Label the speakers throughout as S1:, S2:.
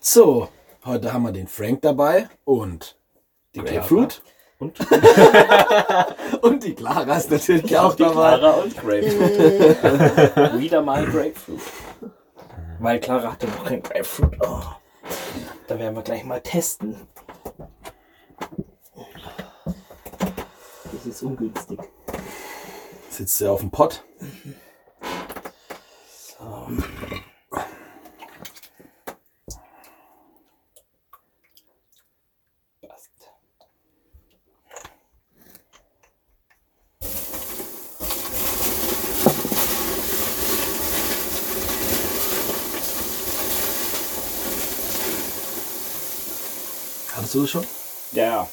S1: So, heute haben wir den Frank dabei und die
S2: Clara.
S1: Grapefruit.
S2: Und,
S1: Und die Clara ist natürlich auch
S2: auch die
S1: dabei.
S2: Clara und Grapefruit. Wieder mal Grapefruit. Weil Clara hatte noch kein Grapefruit. Oh. Da werden wir gleich mal testen. Das ist ungünstig.
S1: Sitzt sie auf dem Pott.
S2: Passt.
S1: Hattest du das schon?
S2: Ja,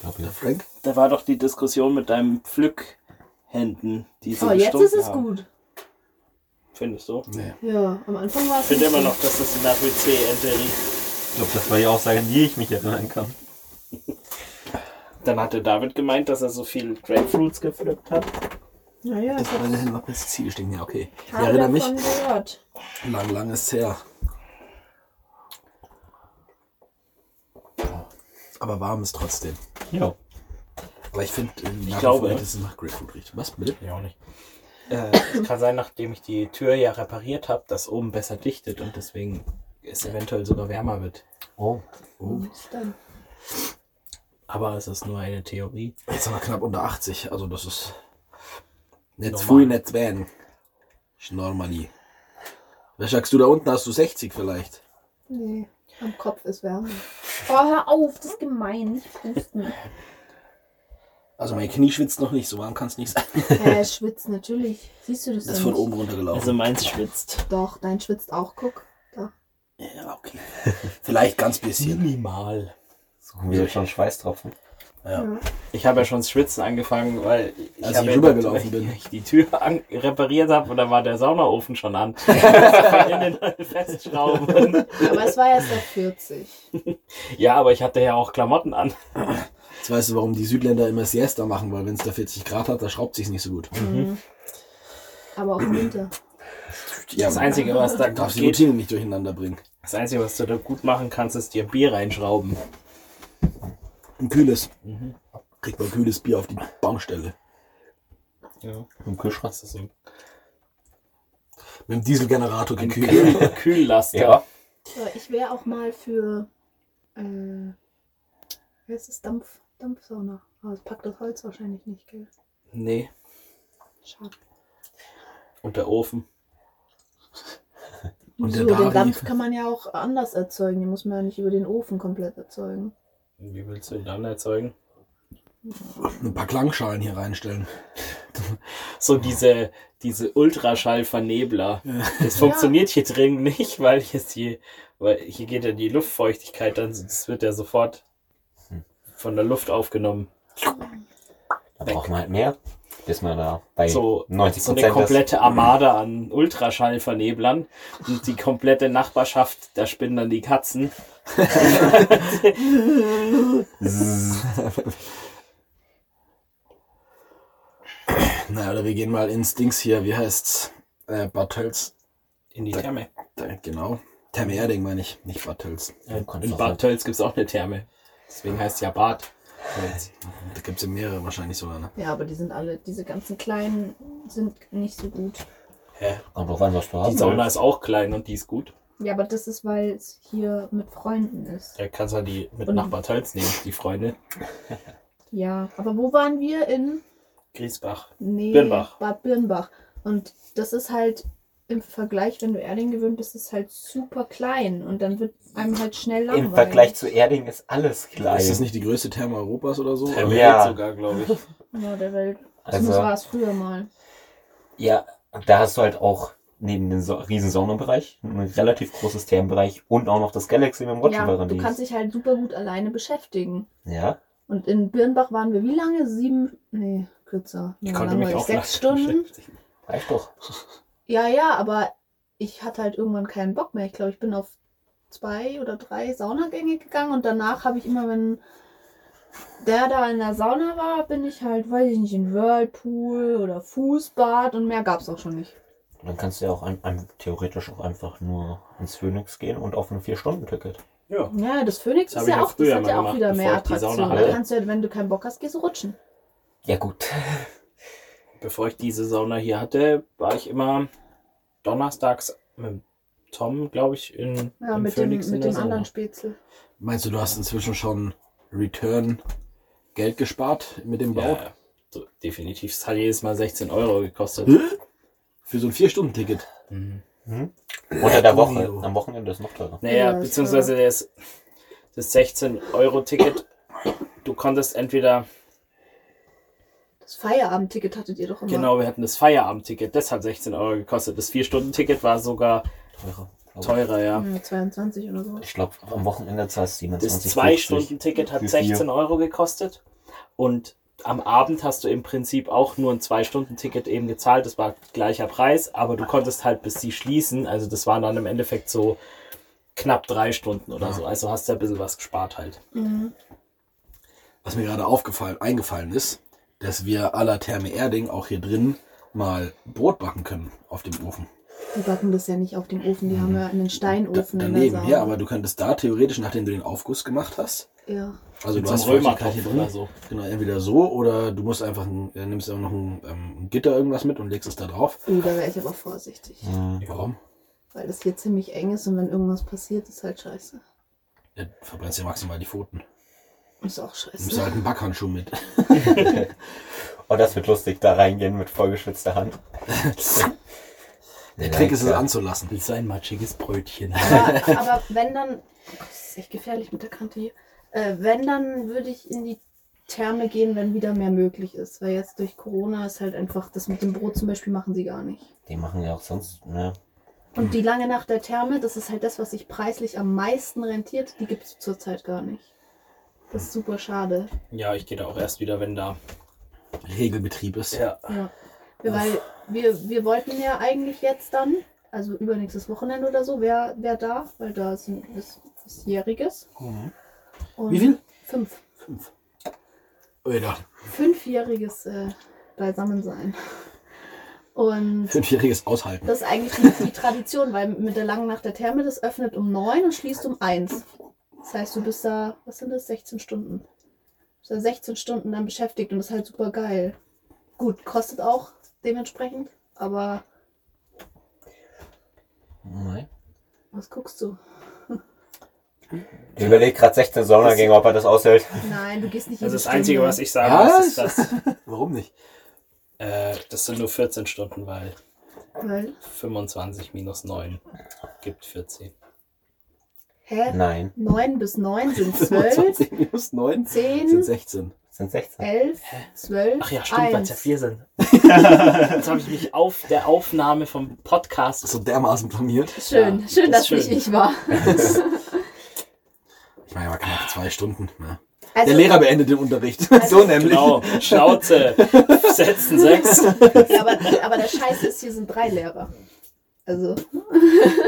S1: Glaub ich. Der Frank?
S2: da war doch die Diskussion mit deinen Pflückhänden, die so
S3: Oh, jetzt
S2: gestunken
S3: ist es
S2: haben.
S3: gut.
S2: Findest du?
S1: Nee.
S3: Ja, am Anfang war es.
S2: Ich finde
S3: nicht
S2: immer
S3: so.
S2: noch, dass das nach wie C enterrief.
S4: Ich glaube, das war die Aussage, an die ich mich erinnern kann.
S2: Dann hatte David gemeint, dass er so viel Grapefruits gepflückt hat.
S3: Naja,
S1: Das
S3: ich
S1: war
S3: habe
S1: deine Hände noch bis Ziel stehen. Ja, okay. Ich
S3: gerade
S1: erinnere mich.
S3: davon gehört.
S1: Lang, lang ist her. Aber warm ist trotzdem.
S4: Ja.
S1: Aber ich äh, finde, ich
S2: glaube,
S1: dass es nach Grapefruit riecht. Was bitte?
S2: Ja, auch nicht. Äh, es kann sein, nachdem ich die Tür ja repariert habe, dass oben besser dichtet und deswegen es eventuell sogar wärmer wird.
S4: Oh.
S3: Dann.
S2: Aber es ist nur eine Theorie.
S1: Jetzt sind wir knapp unter 80. Also das ist nicht
S2: Normal.
S1: früh, nicht werden. Ist normal. Was sagst du da unten? Hast du 60 vielleicht?
S3: Nee, am Kopf ist wärmer. Oh, hör auf, das ist gemein. Nicht pusten.
S1: Also mein Knie schwitzt noch nicht. So warm kann es nicht sein.
S3: Ja, es schwitzt natürlich. Siehst du das
S1: Das ist von
S3: denn nicht?
S1: oben runtergelaufen.
S2: Also meins schwitzt.
S3: Doch, dein schwitzt auch, guck. Da.
S2: Also
S1: ja, okay. Vielleicht ganz bisschen.
S2: Minimal.
S4: Suchen wir schon Schweißtropfen.
S1: Ja.
S2: Ich habe ja schon das Schwitzen angefangen, weil ich,
S1: Als
S2: habe
S1: ich
S2: ja-
S1: rübergelaufen bin.
S2: Ich die Tür an, repariert habe und da war der Saunaofen schon an. Ich musste von innen halt festschrauben.
S3: Aber es war erst auf 40.
S2: Ja, aber ich hatte ja auch Klamotten an.
S1: Jetzt weißt du, warum die Südländer immer Siesta machen, weil wenn es da 40 Grad hat, da schraubt sich's nicht so gut.
S3: Mhm. Aber auch im Winter.
S1: Ja,
S2: Das Einzige, was da
S1: darfst die
S2: geht,
S1: Routine nicht durcheinander bringen.
S2: das Einzige, was du da gut machen kannst, ist dir Bier reinschrauben.
S1: Ein kühles. Kriegt man kühles Bier auf die Baustelle.
S2: Ja.
S4: Im Kühlschrank.
S2: Das ist ein,
S1: Mit dem Dieselgenerator
S2: ein
S1: gekühlt.
S2: Kühl Kühllaster.
S4: Ja.
S3: Aber ich wäre auch mal für. Äh, wie heißt es? Dampf, Dampfsauna. Aber es packt das Holz wahrscheinlich nicht, gell?
S2: Nee.
S3: Schade.
S2: Und der Ofen.
S1: Und der
S3: so, den
S1: Dari-
S3: Dampf kann man ja auch anders erzeugen. Den muss man ja nicht über den Ofen komplett erzeugen.
S2: Wie willst du ihn dann erzeugen?
S1: Ein paar Klangschalen hier reinstellen.
S2: So diese, diese Ultraschallvernebler. Das funktioniert hier drin nicht, weil hier, ist die, weil hier geht ja die Luftfeuchtigkeit dann, das wird ja sofort Hm. von der Luft aufgenommen.
S4: Da braucht man halt mehr, bis man da bei
S2: So,
S4: 90
S2: so eine komplette Armada an Ultraschallverneblern und die komplette Nachbarschaft, da spinnen dann die Katzen.
S1: Naja, oder wir gehen mal ins Dings hier, wie heißt's? Äh, Bartels.
S2: In die Therme.
S1: Da, genau. Tam Erding meine ich, nicht Bartels.
S2: Äh, In Bad Tölz gibt es auch eine Therme. Deswegen heißt es ja Bad. Tölz.
S1: Da gibt es ja mehrere wahrscheinlich sogar. Ne?
S3: Ja, aber die sind alle, diese ganzen kleinen sind nicht so gut.
S2: Hä?
S4: Kommt drauf an, was du
S2: Die
S4: hast.
S2: Sauna ist auch klein und die ist gut.
S3: Ja, aber das ist, weil es hier mit Freunden ist.
S2: Da kannst du halt die mit
S3: Und-
S2: Nachbar Tölz nehmen, die Freunde.
S3: Ja, aber wo waren wir? In
S2: Griesbach.
S3: nee,
S2: Birnbach.
S3: Bad Birnbach. Und das ist halt im Vergleich, wenn du Erding gewöhnt bist, ist halt super klein und dann wird einem halt schnell langweilig.
S4: Im Vergleich zu Erding ist alles klein.
S1: Ist das nicht die größte Therme Europas oder so?
S2: Der
S4: Ja.
S2: Welt sogar, glaube ich.
S3: ja, der Welt. Also, das war
S4: also,
S3: es früher mal.
S4: ja, da hast du halt auch neben dem so riesen Saunabereich ein relativ großes Thermenbereich und auch noch das Galaxy mit dem Rutschen
S3: Ja, du kannst dich halt super gut alleine beschäftigen.
S4: Ja,
S3: Und in Birnbach waren wir wie lange? Sieben? Nee, kürzer.
S2: Ich
S3: Ja,
S2: konnte mich
S3: langweilig.
S2: auch
S3: Sechs
S2: lange
S3: Stunden.
S2: beschäftigen.
S4: reicht doch.
S3: Ja, ja, aber ich hatte halt irgendwann keinen Bock mehr. Ich glaube, ich bin auf zwei oder drei Saunagänge gegangen und danach habe ich immer, wenn der da in der Sauna war, bin ich halt, weiß ich nicht, in Whirlpool oder Fußbad und mehr gab es auch schon nicht.
S4: Und dann kannst du ja auch ein, ein, theoretisch auch einfach nur ins Phoenix gehen und auf ein 4-Stunden-Ticket.
S2: Ja.
S3: Ja, das Phoenix
S2: Das hab ich
S3: ist ja
S2: ja
S3: auch, das
S2: früher
S3: hat
S2: mal
S3: ja auch
S2: gemacht,
S3: wieder mehr
S2: bevor ich die Sauna
S3: Attraktionen. Da
S4: hatte.
S3: kannst du ja, wenn du keinen Bock hast, gehst du rutschen.
S4: Ja, gut.
S2: Bevor ich diese Sauna hier hatte, war ich immer donnerstags mit Tom, glaube ich, in,
S3: Ja,
S2: in
S3: mit dem,
S2: Phoenix in
S3: mit
S2: der
S3: dem
S2: Sauna.
S3: anderen Spätzle.
S1: Meinst du, du hast inzwischen schon Return Geld gespart mit dem Bau?
S2: Ja, ja. so, definitiv. Es hat jedes Mal 16 Euro gekostet.
S1: Hä? Für so ein 4-Stunden-Ticket.
S2: Mhm.
S4: Hm? Unter der Woche.
S1: Coolio.
S4: Am Wochenende ist noch teurer.
S2: Naja,
S3: Ja, ist
S2: beziehungsweise das, das 16-Euro-Ticket, du konntest entweder,
S3: Das Feierabendticket hattet ihr doch immer.
S2: genau, wir hatten das Feierabend-Ticket, das hat 16 Euro gekostet. Das 4-Stunden-Ticket war sogar
S4: Teurer. glaub ich.
S2: teurer, ja.
S3: Ja, 22 oder so.
S4: Ich glaube, am Wochenende zahlst du 27.
S2: Das 2-Stunden-Ticket hat
S4: Für
S2: 16
S4: vier.
S2: Euro gekostet und am Abend hast du im Prinzip auch nur ein 2-Stunden-Ticket eben gezahlt. Das war gleicher Preis, aber du konntest halt bis sie schließen. Also das waren dann im Endeffekt so knapp drei Stunden oder so. Also hast du ein bisschen was gespart halt.
S3: Mhm.
S1: Was mir gerade aufgefallen, eingefallen ist, dass wir à la Therme Erding auch hier drin mal Brot backen können auf dem Ofen.
S3: Die backen das ja nicht auf dem Ofen, die haben ja einen
S1: Mhm. Da,
S3: Steinofen in der
S1: daneben,
S3: Sauna.
S1: ja, aber du könntest da theoretisch, nachdem du den Aufguss gemacht hast,
S3: Ja.
S1: also
S2: Mit
S1: du
S2: so
S1: hast
S2: einem Römertopf
S1: Feuchtigkeit hier
S2: oder
S1: drin,
S2: so.
S1: genau, entweder so oder du musst einfach, ein, äh, nimmst einfach noch ein, ähm, ein Gitter irgendwas mit und legst es da drauf.
S3: Uh, da wäre ich aber vorsichtig,
S4: Hm.
S1: Warum?
S3: weil das hier ziemlich eng ist und wenn irgendwas passiert, ist halt scheiße.
S1: Ja, du verbrennst ja maximal die Pfoten.
S3: Ist auch
S1: Du nimmst
S3: scheiße.
S1: halt einen Backhandschuh mit.
S4: Oh, das wird lustig, da reingehen mit vollgeschwitzter Hand.
S1: Der Trick ist es anzulassen.
S2: Willst du ein matschiges Brötchen?
S3: Aber, aber wenn dann, oh Gott, das ist echt gefährlich mit der Kante hier, äh, wenn dann würde ich in die Therme gehen, wenn wieder mehr möglich ist, weil jetzt durch Corona ist halt einfach, das mit dem Brot zum Beispiel machen sie gar nicht.
S4: Die machen ja auch sonst, ne?
S3: Und die lange Nacht der Therme, das ist halt das, was sich preislich am meisten rentiert, die gibt es zurzeit gar nicht. Das ist super schade.
S2: ja, ich gehe da auch erst wieder, wenn da.
S1: Regelbetrieb ist.
S2: Ja.
S3: Ja. Wir, weil wir, wir wollten ja eigentlich jetzt dann, also übernächstes Wochenende oder so, wer, wer da, weil da ist ein ist, ist Jähriges.
S2: Mhm.
S3: Und
S1: Wie viel?
S3: Fünf.
S1: Fünf. Oh Oder
S3: Fünfjähriges äh, Beisammensein. Und
S1: fünfjähriges Aushalten.
S3: das ist eigentlich die, die Tradition, weil mit der langen Nacht der Therme, das öffnet um neun und schließt um eins. Das heißt, du bist da, was sind das, 16 Stunden? Du bist da 16 Stunden dann beschäftigt und das ist halt super geil. Gut, kostet auch dementsprechend, aber
S4: Nein.
S3: was guckst du?
S4: Ich überlege gerade 16 Sonnengänge, ob er das aushält.
S3: Nein, du gehst nicht
S2: Also
S3: jede
S2: das Einzige,
S3: Stunde.
S2: was ich sagen muss, ist, dass
S1: Warum nicht?
S2: äh, das sind nur 14 Stunden, weil
S3: Weil,
S2: 25 minus 9 gibt 14.
S3: hä?
S4: Nein,
S3: 9 bis 9 sind 12,
S1: 25 minus 9 sind
S2: Mhm.
S3: 10,
S1: 16.
S4: es sind 16.
S3: 11, 12,
S2: Ach ja, stimmt, weil es ja
S3: 1.
S2: 4 sind. Jetzt habe ich mich auf der Aufnahme vom Podcast.
S1: So dermaßen blamiert.
S3: Schön,
S2: Ja,
S3: schön,
S2: das ist
S3: dass ich
S2: schön.
S3: nicht war.
S1: Ich meine, war knapp zwei Stunden. Ne?
S3: Also,
S1: Der Lehrer beendet den Unterricht. so nämlich.
S2: Genau, Schnauze, Setzen 6.
S3: Ja, aber, aber der Scheiß ist, hier sind drei Lehrer. Also,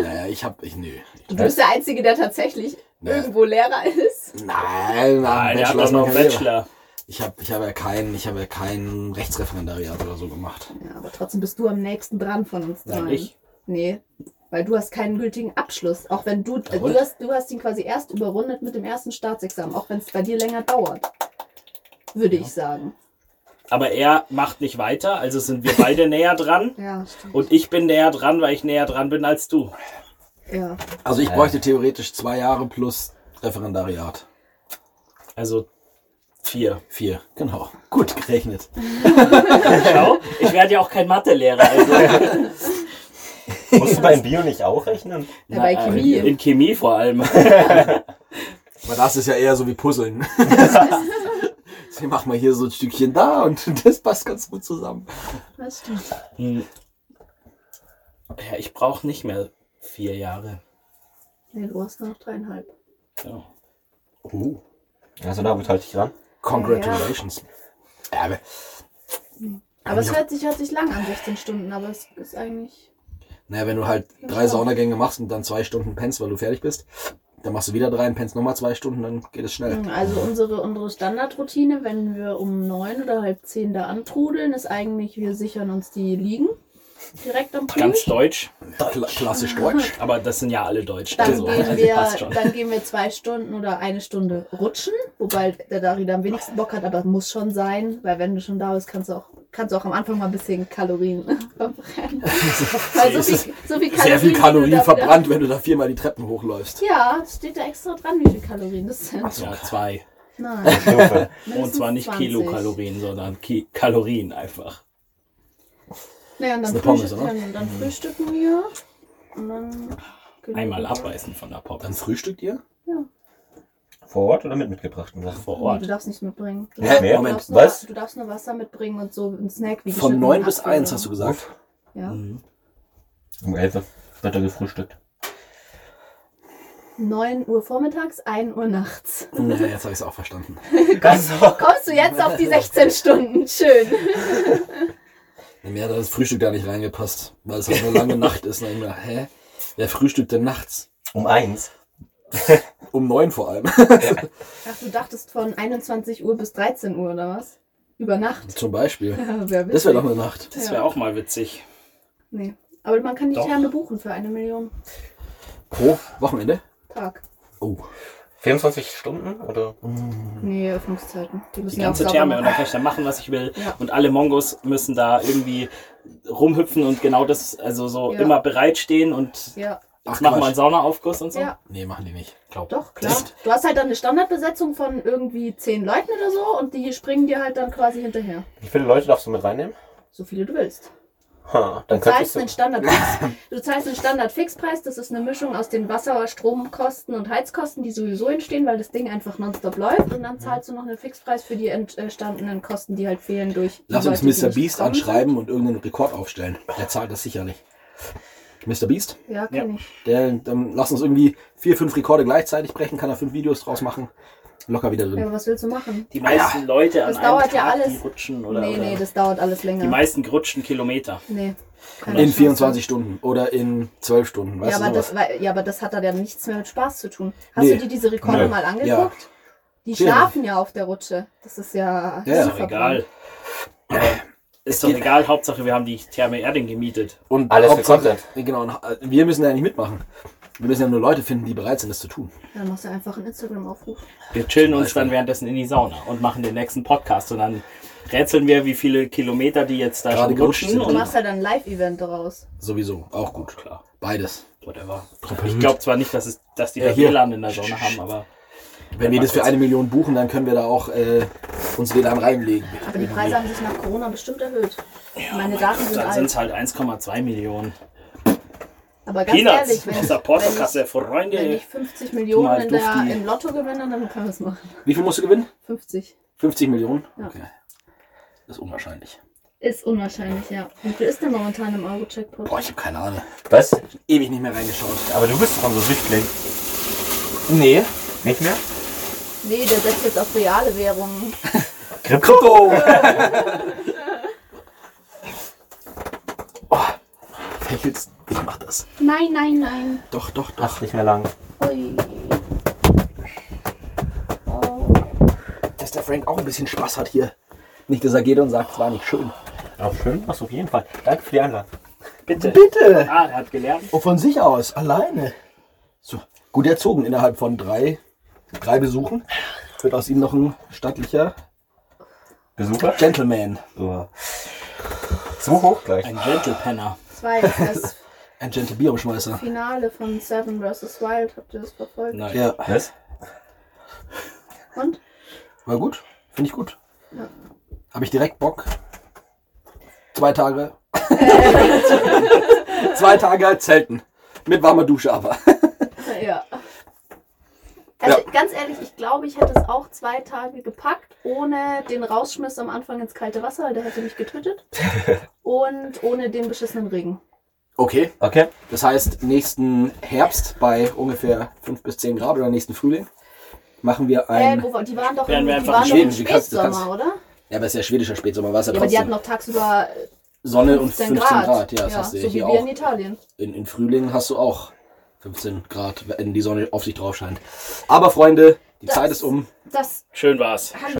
S1: Naja, ich hab. Ich, nö.
S3: du bist der Einzige, der tatsächlich
S1: Naja.
S3: irgendwo Lehrer ist.
S1: Nein, nein,
S2: Ah, der hat doch
S1: ist
S2: noch
S1: mein
S2: einen
S1: Karriere.
S2: Bachelor.
S1: Ich habe ich hab ja kein, ich habe ja kein Rechtsreferendariat oder so gemacht.
S3: Ja, aber trotzdem bist du am nächsten dran von uns
S2: Nein,
S3: dreien.
S2: ich.
S3: Nee, weil du hast keinen gültigen Abschluss. Auch wenn du, äh,
S1: Jawohl.
S3: du, hast, du hast ihn quasi erst überrundet mit dem ersten Staatsexamen, auch wenn es bei dir länger dauert. Würde ich sagen.
S2: Aber er macht nicht weiter, also sind wir beide näher dran.
S3: Ja, stimmt.
S2: Und ich bin näher dran, weil ich näher dran bin als du.
S3: Ja.
S1: Also ich
S4: Äh.
S1: bräuchte theoretisch zwei Jahre plus Referendariat.
S2: Also 4.
S1: Vier, genau. Gut gerechnet.
S2: Schau, ich werde ja auch kein Mathelehrer. Also,
S4: Musst du beim Bio nicht auch rechnen?
S3: Ja, bei
S2: Na, äh,
S3: Chemie.
S2: In Chemie vor allem.
S1: Aber das ist ja eher so wie Puzzeln. Deswegen machen wir hier so ein Stückchen da und das passt ganz gut zusammen.
S3: Das stimmt.
S2: Hm. Ja, ich brauche nicht mehr vier Jahre.
S3: Nee, du hast noch dreieinhalb.
S2: Ja.
S1: Oh.
S4: Also damit halte ich dran.
S1: Congratulations. Ja, aber
S3: Aber es
S1: Ja.
S3: hört sich, hört sich lang an, 16 Stunden, aber es ist eigentlich.
S1: Naja, wenn du halt drei Saunagänge machst und dann zwei Stunden pennst, weil du fertig bist, dann machst du wieder drei und pennst nochmal zwei Stunden, dann geht es schnell.
S3: Also unsere, unsere Standardroutine, wenn wir um neun oder halb zehn da antrudeln, ist eigentlich, wir sichern uns die Liegen direkt am Pool.
S2: Ganz deutsch.
S1: Kla klassisch deutsch.
S2: Aber das sind ja alle Deutsch.
S3: Dann,
S2: also,
S3: gehen
S2: also passt
S3: wir,
S2: schon.
S3: dann gehen wir zwei Stunden oder eine Stunde rutschen, wobei der Darida am wenigsten Bock hat, aber muss schon sein, weil wenn du schon da bist, kannst du auch, kannst du auch am Anfang mal ein bisschen Kalorien verbrennen. weil so viel, so viel Kalorien,
S1: Sehr viel
S3: die du
S1: Kalorien
S3: da
S1: verbrannt, wenn du da viermal die Treppen hochläufst.
S3: Wieder, ja, steht da extra dran, wie viel Kalorien das sind.
S2: Ja, zwei.
S3: Nein,
S4: Würfel.
S2: Und
S3: mindestens
S2: zwar nicht
S3: 20.
S2: Kilokalorien, sondern Ki Kalorien einfach.
S3: Naja, und dann,
S1: Ist eine Pommes,
S3: frühstück-
S1: oder?
S3: dann,
S2: Mhm.
S3: dann frühstücken wir und dann
S2: Einmal abbeißen von der Pop.
S1: Dann frühstückt ihr?
S4: Vor Ort oder mit mitgebrachten Sachen?
S2: Vor
S3: Nee, du
S2: Ort.
S3: darfst nichts mitbringen. Du
S4: Hä?
S3: darfst,
S4: Moment,
S3: du darfst nur,
S4: was?
S3: Du darfst nur Wasser mitbringen und so einen Snack wie
S1: Von
S3: geschnitten
S1: 9 bis
S3: Apfel
S1: 1
S3: oder-
S1: hast du Hm. gesagt.
S3: Ja.
S2: Mhm.
S4: Um 11 wird er gefrühstückt.
S3: 9 Uhr vormittags, 1 Uhr nachts.
S1: Ja, jetzt habe ich es auch verstanden.
S4: Ganz so.
S3: Kommst du jetzt auf die 16 Stunden? Schön.
S1: Mir hat das Frühstück da nicht reingepasst, weil es halt eine lange Nacht ist. Und ich mir gedacht, hä? Wer frühstückt denn nachts?
S4: Um 1.
S1: Um 9 vor allem.
S3: Ach, du dachtest von 21 Uhr bis 13 Uhr oder was? Über Nacht.
S1: Zum Beispiel.
S3: Ja, wer
S1: Das wäre doch eine Nacht.
S2: Das
S3: Ja.
S2: wäre auch mal witzig.
S3: Nee. Aber man kann die
S2: Doch.
S3: Therme buchen für eine Million
S1: Pro Wochenende?
S3: Tag.
S1: Oh.
S4: 24 Stunden oder?
S3: Nee, Öffnungszeiten. Die müssen
S2: Mhm. Die ganze
S3: ja auch sauber
S2: Therme. Und
S3: machen.
S2: dann kann ich da machen, was ich will.
S3: Ja.
S2: Und alle Mongos müssen da irgendwie rumhüpfen und genau das, also so
S3: Ja.
S2: immer bereitstehen und
S3: Ja,
S1: Ach,
S2: machen wir
S1: Quatsch.
S2: einen Saunaaufguss und so.
S3: ja,
S1: Nee, machen die nicht.
S2: Glaub.
S3: doch, klar.
S2: Echt?
S3: Du hast halt dann eine Standardbesetzung von irgendwie 10 Leuten oder so und die springen dir halt dann quasi hinterher.
S4: Wie viele Leute darfst du mit reinnehmen?
S3: So viele du willst.
S4: Ha, dann
S3: Du zahlst
S4: könntest du.
S3: einen Standardfix. Du zahlst einen Standardfixpreis. Das ist eine Mischung aus den Wasser-, Stromkosten und Heizkosten, die sowieso entstehen, weil das Ding einfach nonstop läuft. Und dann zahlst du noch einen Fixpreis für die ent- entstandenen Kosten, die halt fehlen durch. die
S1: Lass uns
S3: Leute, die
S1: Mr.
S3: nicht
S1: Beast
S3: kommen.
S1: anschreiben und irgendeinen Rekord aufstellen. Der zahlt das sicherlich. Mr. Beast?
S3: Ja, kenn ich.
S1: Der, dann lass uns irgendwie vier, fünf Rekorde gleichzeitig brechen, kann er fünf Videos draus machen. Locker wieder
S3: Ja,
S1: drin.
S3: aber was willst du machen?
S2: Die meisten Leute an
S3: Ah Das
S2: einem
S3: dauert
S2: Tag,
S3: ja
S2: die
S3: alles.
S2: rutschen oder,
S3: nee,
S2: oder
S3: nee, das dauert alles länger.
S2: die meisten rutschen Kilometer.
S3: nee. keine
S1: In
S3: Chance.
S1: 24 Stunden oder in 12 Stunden.
S3: Ja
S1: Weißt
S3: aber,
S1: du sowas?
S3: das, weil- ja, aber das hat da dann nichts mehr mit Spaß zu tun. Hast
S1: Nee.
S3: du dir diese Rekorde
S4: Nö.
S3: mal angeguckt?
S1: Ja.
S3: Die
S1: Sicher.
S3: schlafen ja auf der Rutsche. Das ist ja.
S1: Ja,
S2: Ist doch egal. Aber ist doch egal, Hauptsache wir haben die Therme Erding gemietet.
S1: Und
S4: Alles für
S1: Hauptsache-
S4: Content.
S1: Nee, Genau, und, äh, wir müssen ja nicht mitmachen. Wir müssen ja nur Leute finden, die bereit sind, das zu tun.
S3: Dann machst du einfach einen Instagram-Aufruf.
S2: Wir chillen uns
S1: Beispiel.
S2: dann währenddessen in die Sauna und machen den nächsten Podcast und dann rätseln wir, wie viele Kilometer die jetzt da
S1: Gerade
S2: schon
S1: gerutscht
S2: rutschen.
S1: sind.
S3: Du
S2: Und
S3: machst halt ein Live-Event daraus.
S1: Sowieso, auch gut.
S2: klar,
S1: Beides.
S2: whatever. Ich glaube zwar nicht, dass, es, dass die
S1: Ja,
S2: da
S1: hier.
S2: WLAN in der Sauna haben, aber
S1: Wenn wir das für
S2: kurz.
S1: eine Million buchen, dann können wir da auch äh, uns WLAN reinlegen.
S3: Aber die Preise haben sich nach Corona bestimmt erhöht. Meine Daten sind
S2: dann sind
S3: alt.
S2: es halt 1,2 Millionen.
S3: Aber ganz
S2: Peanuts
S3: ehrlich, wenn
S2: aus der
S3: ich, wenn
S2: Portokasse,
S3: ich, wenn
S2: Freunde.
S3: ich 50 Millionen in
S2: durch
S3: der,
S2: die-
S3: im Lotto gewinne, dann kann ich es machen.
S1: Wie viel musst du gewinnen?
S3: 50.
S1: 50 Millionen?
S3: Ja.
S1: Okay. Das ist unwahrscheinlich.
S3: Ist unwahrscheinlich, ja. Wie viel ist denn momentan im Euro-Checkpot?
S1: Boah, ich habe keine Ahnung.
S4: Was?
S1: Ewig nicht mehr reingeschaut.
S4: Aber du bist schon so Süchtling.
S1: Nee.
S4: Nicht mehr?
S3: Nee, der setzt jetzt auf reale Währungen.
S1: Krypto! oh, Fächelst. Ich mach das.
S3: Nein, nein, nein.
S1: Doch, doch, doch.
S4: Ach, nicht mehr lang.
S3: Ui. Oh.
S1: Dass der Frank auch ein bisschen Spaß hat hier. Nicht, dass er geht und sagt, es war nicht schön.
S4: Aber schön war's auf jeden Fall. Danke für die Einladung.
S2: Bitte.
S1: Bitte!
S2: Ah, der hat gelernt.
S1: Und Oh, von sich aus, alleine. So, gut erzogen innerhalb von drei, drei Besuchen. Wird aus ihm noch ein stattlicher
S4: Besucher?
S1: Gentleman.
S4: So. So hoch gleich.
S2: Ein Gentlepanner.
S3: Das war jetzt das
S1: Ein Gentle-Bierumschmeißer.
S3: Finale von Seven vs. Wild. Habt ihr das verfolgt?
S2: Nein.
S1: Ja,
S4: Was?
S3: Und?
S1: war gut. Finde ich gut.
S3: Ja.
S1: Habe ich direkt Bock. Zwei Tage. Zwei Tage Zelten. Mit warmer Dusche aber.
S3: Ja. Also ganz ehrlich, ich glaube, ich hätte es auch zwei Tage gepackt, ohne den Rausschmiss am Anfang ins kalte Wasser, weil der hätte mich getötet. Und ohne den beschissenen Regen.
S1: Okay,
S4: Okay.
S1: das heißt, nächsten Herbst bei ungefähr 5 bis 10 Grad oder nächsten Frühling machen wir
S3: Äh,
S1: ein.
S3: wo, war- die waren doch,
S2: Wären
S3: im,
S2: wir
S3: die
S2: einfach
S3: waren
S2: in
S3: doch im
S1: Schweden, die kannst- die kannst-
S3: Spätsommer, oder?
S1: Ja, aber es ist ja schwedischer Spätsommer, war es ja
S3: Ja, aber die
S1: trotzdem.
S3: hatten noch tagsüber
S1: Sonne und
S3: 15
S1: 15
S3: Grad.
S1: Grad. Ja, das hast du
S3: so wie
S1: hier
S3: wir in
S1: auch.
S3: Italien.
S1: In, in Frühling hast du auch 15 Grad, wenn die Sonne auf sich drauf scheint. Aber Freunde, die
S3: Das-
S1: Zeit ist um.
S3: Das
S2: Schön war's.
S3: Hallo.